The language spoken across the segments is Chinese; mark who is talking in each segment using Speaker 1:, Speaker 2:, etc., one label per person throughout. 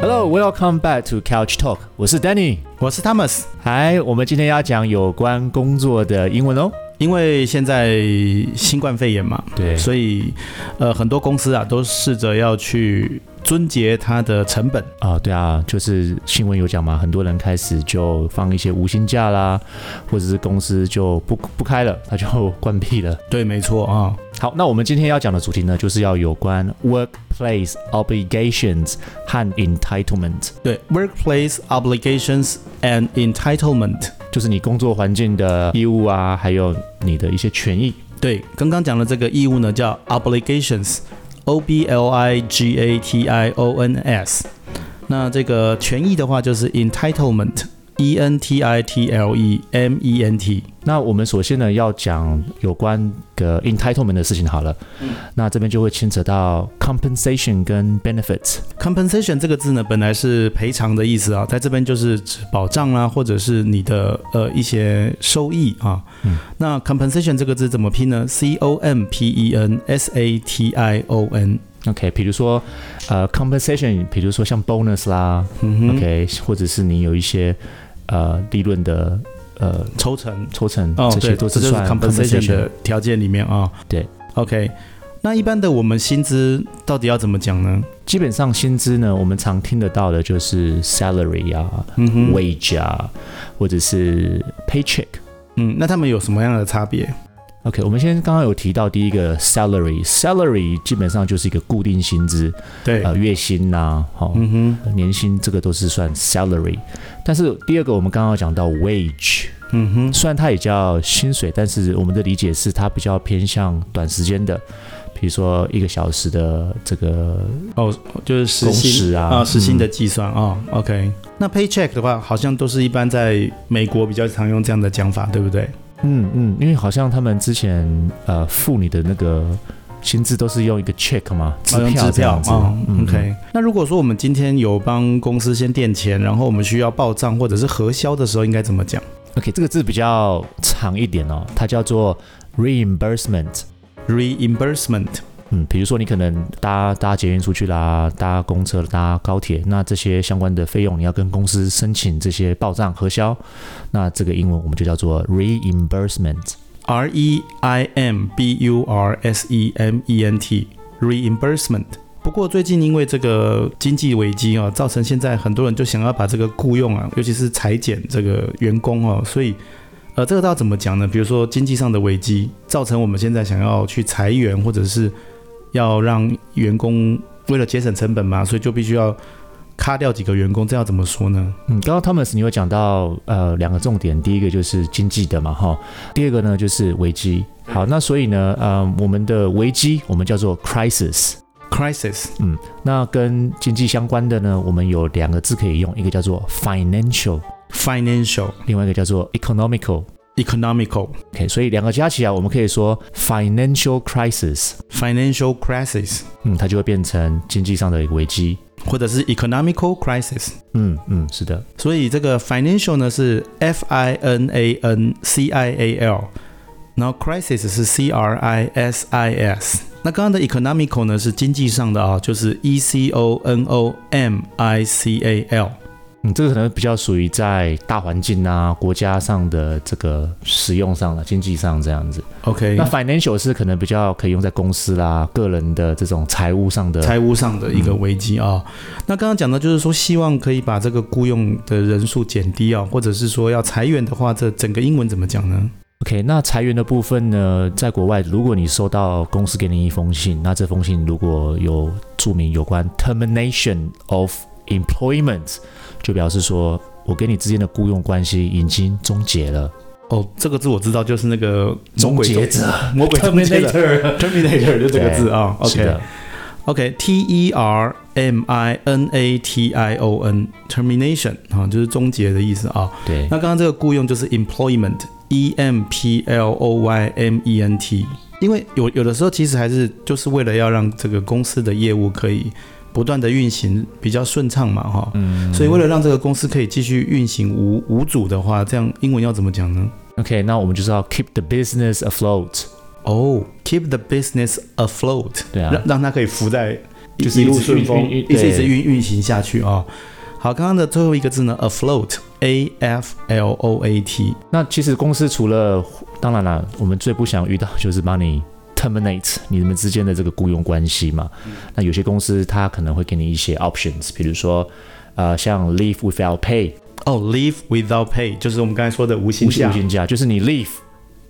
Speaker 1: Hello, welcome back to Couch Talk。我是 Danny。
Speaker 2: 我是 Thomas。
Speaker 1: 嗨，我们今天要讲有关工作的英文哦。
Speaker 2: 因为现在新冠肺炎嘛，
Speaker 1: 对
Speaker 2: 所以呃很多公司啊都试着要去遵节它的成本。
Speaker 1: 啊，对啊，就是新闻有讲嘛，很多人开始就放一些无薪假啦，或者是公司就不不开了，他就关闭了。
Speaker 2: 对，没错啊。
Speaker 1: 好，那我们今天要讲的主题呢，就是要有关 workplace obligations 和 entitlement，
Speaker 2: 对，workplace obligations and entitlement。
Speaker 1: 就是你工作环境的义务啊，还有你的一些权益。
Speaker 2: 对，刚刚讲的这个义务呢叫 obligations，O B L I G A T I O N S。那这个权益的话就是 entitlement，E N T I T L E M E N T。
Speaker 1: 那我们首先呢要讲有关个 entitlement 的事情好了，
Speaker 2: 嗯
Speaker 1: 那这边就会牵扯到 compensation 跟 benefits。
Speaker 2: Compensation 这个字呢，本来是赔偿的意思啊，在这边就是指保障啦、或者是你的呃一些收益啊。
Speaker 1: 嗯
Speaker 2: 那 compensation 这个字怎么拼呢？C O M P E N S A T I O N。
Speaker 1: OK，比如说呃 compensation，比如说像 bonus 啦、
Speaker 2: 嗯哼
Speaker 1: o k 或者是你有一些呃利润的呃
Speaker 2: 抽成。
Speaker 1: 抽成，
Speaker 2: 哦，
Speaker 1: 这些
Speaker 2: 对，这
Speaker 1: 都
Speaker 2: 就是
Speaker 1: 算
Speaker 2: compensation 的条件里面啊。
Speaker 1: 对
Speaker 2: ，OK。那一般的我们薪资到底要怎么讲呢？
Speaker 1: 基本上薪资呢，我们常听得到的就是 salary 啊、
Speaker 2: 嗯哼，
Speaker 1: wage 啊，或者是 paycheck。
Speaker 2: 嗯，那他们有什么样的差别？
Speaker 1: OK，我们先刚刚有提到第一个 salary，salary 基本上就是一个固定薪资，
Speaker 2: 对，
Speaker 1: 呃，月薪呐、好、
Speaker 2: 嗯
Speaker 1: 年薪这个都是算 salary。但是第二个我们刚刚有讲到 wage，
Speaker 2: 哼，嗯哼，
Speaker 1: 虽然它也叫薪水，但是我们的理解是它比较偏向短时间的，比如说一个小时的这个
Speaker 2: 哦，就是时
Speaker 1: 工
Speaker 2: 薪
Speaker 1: 时啊，
Speaker 2: 啊，时薪的
Speaker 1: 嗯
Speaker 2: 计算啊、o k 那 paycheck 的话，好像都是一般在美国比较常用这样的讲法，对不对？
Speaker 1: 嗯嗯，因为好像他们之前呃付你的那个薪资都是用一个 check 嘛，支
Speaker 2: 好像
Speaker 1: 票这
Speaker 2: 支票
Speaker 1: 样
Speaker 2: 啊、
Speaker 1: 子。嗯
Speaker 2: o k 那如果说我们今天有帮公司先垫钱，然后我们需要报账或者是核销的时候，应该怎么讲
Speaker 1: OK，这个字比较长一点哦，它叫做 reimbursement。
Speaker 2: ？reimbursement。
Speaker 1: 嗯，比如说你可能搭搭捷运出去啦，搭公车、搭高铁，那这些相关的费用你要跟公司申请这些报账核销，那这个英文我们就叫做 reimbursement。
Speaker 2: R E I M B U R S E M E N T reimbursement。不过最近因为这个经济危机啊，造成现在很多人就想要把这个雇佣啊，尤其是裁减这个员工哦、所以呃，这个要怎么讲呢？比如说经济上的危机，造成我们现在想要去裁员，或者是要让员工为了节省成本嘛，所以就必须要咔掉几个员工，这要怎么说呢？
Speaker 1: 嗯，刚刚 Thomas 你有讲到呃两个重点，第一个就是经济的嘛哈，第二个呢就是危机。好，那所以呢，呃，我们的危机我们叫做 crisis。
Speaker 2: Crisis
Speaker 1: 那跟经济相关的呢，我们有两个字可以用，一个叫做 financial，
Speaker 2: financial
Speaker 1: 另外一个叫做 economical。
Speaker 2: economical
Speaker 1: OK，所以两个加起来，我们可以说 financial crisis，
Speaker 2: financial crisis。
Speaker 1: 嗯，它就会变成经济上的一个危机。
Speaker 2: 或者是 economical crisis。
Speaker 1: 嗯嗯，是的，
Speaker 2: 所以这个 financial 呢是 F I N A N C I A L，然后 crisis 是 C R I S I S。那刚刚的 economical 呢是经济上的啊、就是 E C O N O M I C A L。
Speaker 1: 嗯，这个可能比较属于在大环境啊、国家上的这个使用上了、经济上这样子。
Speaker 2: OK，
Speaker 1: 那 financial 是可能比较可以用在公司啦、个人的这种财务上的。
Speaker 2: 财务上的一个危机啊、那刚刚讲到就是说，希望可以把这个雇佣的人数减低啊、或者是说要裁员的话，这整个英文怎么讲呢？
Speaker 1: OK，那裁员的部分呢，在国外，如果你收到公司给你一封信，那这封信如果有注明有关 termination of employment，就表示说我跟你之间的雇佣关系已经终结了。
Speaker 2: 哦，这个字我知道，就是那个魔
Speaker 1: 终
Speaker 2: 鬼
Speaker 1: 结者
Speaker 2: 魔鬼终结者 Terminator 就这个字啊、
Speaker 1: 是
Speaker 2: OK
Speaker 1: 的
Speaker 2: OK T E R M I N A T I O N Termination 啊、就是终结的意思啊、
Speaker 1: 对
Speaker 2: 那。刚刚这个雇佣就是 employment E M P L O Y M E N T，因为有有的时候其实还是就是为了要让这个公司的业务可以不断的运行比较顺畅嘛哈、
Speaker 1: 嗯
Speaker 2: 所以为了让这个公司可以继续运行无无阻的话，这样英文要怎么讲呢？
Speaker 1: OK，那我们就是要 keep the business afloat。
Speaker 2: 哦、k e e p the business afloat，
Speaker 1: 对啊
Speaker 2: 让让它可以浮在
Speaker 1: 就是
Speaker 2: 一路
Speaker 1: 一直
Speaker 2: 顺
Speaker 1: 运
Speaker 2: 风，
Speaker 1: 运运
Speaker 2: 一直一直
Speaker 1: 对
Speaker 2: 运运行下去啊、好，刚刚的最后一个字呢，afloat，a f l o a t，
Speaker 1: 那其实公司除了，当然啦，我们最不想遇到 就是帮你 terminate 你们之间的这个雇佣关系嘛。那有些公司它可能会给你一些 options，比如说，呃，像 leave without pay，
Speaker 2: 哦、l e a v e without pay，就是我们刚才说的无薪
Speaker 1: 无薪
Speaker 2: 假
Speaker 1: 无，薪假，就是你 leave。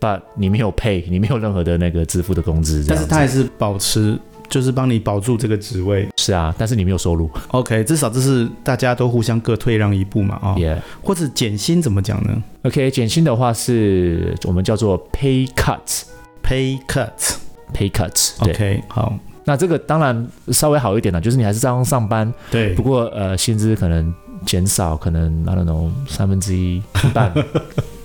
Speaker 1: but 你没有 pay，你没有任何的那个支付的工资，这
Speaker 2: 但
Speaker 1: 样
Speaker 2: 是
Speaker 1: 子
Speaker 2: 他还是保持，就是帮你保住这个职位。
Speaker 1: 是啊，但是你没有收入
Speaker 2: OK，至少这是大家都互相各退让一步嘛啊、
Speaker 1: ，yeah。
Speaker 2: 或者减薪怎么讲呢
Speaker 1: OK，减薪的话是我们叫做 pay cut，pay
Speaker 2: ？Pay cut。
Speaker 1: cut，对。
Speaker 2: OK，好，
Speaker 1: 那这个当然稍微好一点了，就是你还是照样上班，
Speaker 2: 对
Speaker 1: 不，过呃，薪资可能减少，可能 I don't know 三分之一一 半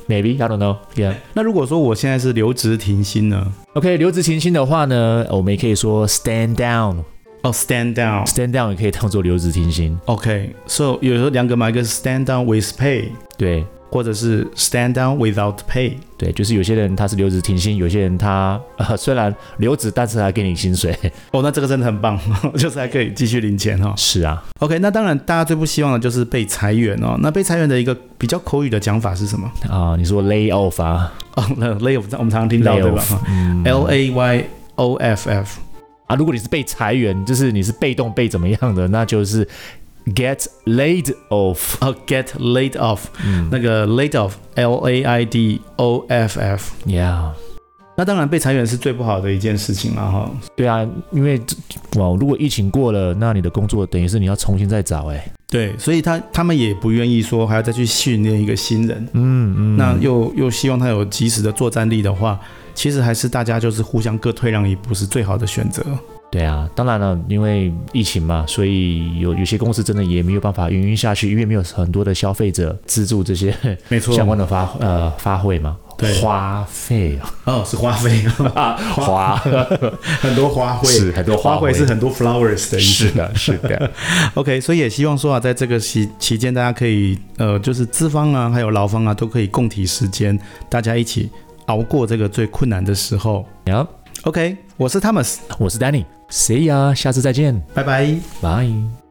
Speaker 1: ，maybe I don't know，yeah。
Speaker 2: 那如果说我现在是留职停薪呢？
Speaker 1: OK，留职停薪的话呢，我们也可以说 stand down，stand
Speaker 2: 哦、s t a n d down。
Speaker 1: down 也可以当做留职停薪，
Speaker 2: OK，so、有时候两个嘛，一个是 stand down with pay，
Speaker 1: 对
Speaker 2: 或者是 stand down without pay。
Speaker 1: 对，就是有些人他是留职停薪，有些人他呃虽然留职，但是还给你薪水，
Speaker 2: 哦，那这个真的很棒， 就是还可以继续领钱哈、哦。
Speaker 1: 是啊，
Speaker 2: OK，那当然，大家最不希望的就是被裁员哦。那被裁员的一个比较口语的讲法是什么？
Speaker 1: 啊、你说 lay off 啊
Speaker 2: 哦，那 lay off，我们常常听到
Speaker 1: ，lay
Speaker 2: 对吧
Speaker 1: off，嗯
Speaker 2: ？L A Y O F F。
Speaker 1: 啊，如果你是被裁员，就是你是被动被怎么样的，那就是 get laid off。
Speaker 2: 哦，get laid off，
Speaker 1: 嗯
Speaker 2: 那个 laid off，L A I D O F F。
Speaker 1: ，Yeah，
Speaker 2: 那当然，被裁员是最不好的一件事情了哈。
Speaker 1: 对啊，因为这哇，如果疫情过了，那你的工作等于是你要重新再找哎、
Speaker 2: 对，所以他他们也不愿意说还要再去训练一个新人，
Speaker 1: 嗯嗯，
Speaker 2: 那又又希望他有及时的作战力的话，其实还是大家就是互相各退让一步是最好的选择。
Speaker 1: 对啊，当然了，因为疫情嘛，所以有有些公司真的也没有办法营运下去，因为没有很多的消费者资助这些
Speaker 2: 没错
Speaker 1: 相关的发呃发会嘛，
Speaker 2: 对
Speaker 1: 花费
Speaker 2: 哦，是花费，
Speaker 1: 啊， 花
Speaker 2: 很多花卉，
Speaker 1: 是很多
Speaker 2: 花
Speaker 1: 花卉
Speaker 2: 卉是很多 flowers 的意思
Speaker 1: 是。的，是 的，
Speaker 2: OK，所以也希望说啊，在这个期期间，大家可以呃，就是资方啊，还有劳方啊，都可以共体时间，大家一起熬过这个最困难的时候。
Speaker 1: 然后
Speaker 2: OK，我是 Thomas，
Speaker 1: 我是 Danny，See ya，下次再见，
Speaker 2: 拜拜。
Speaker 1: 拜。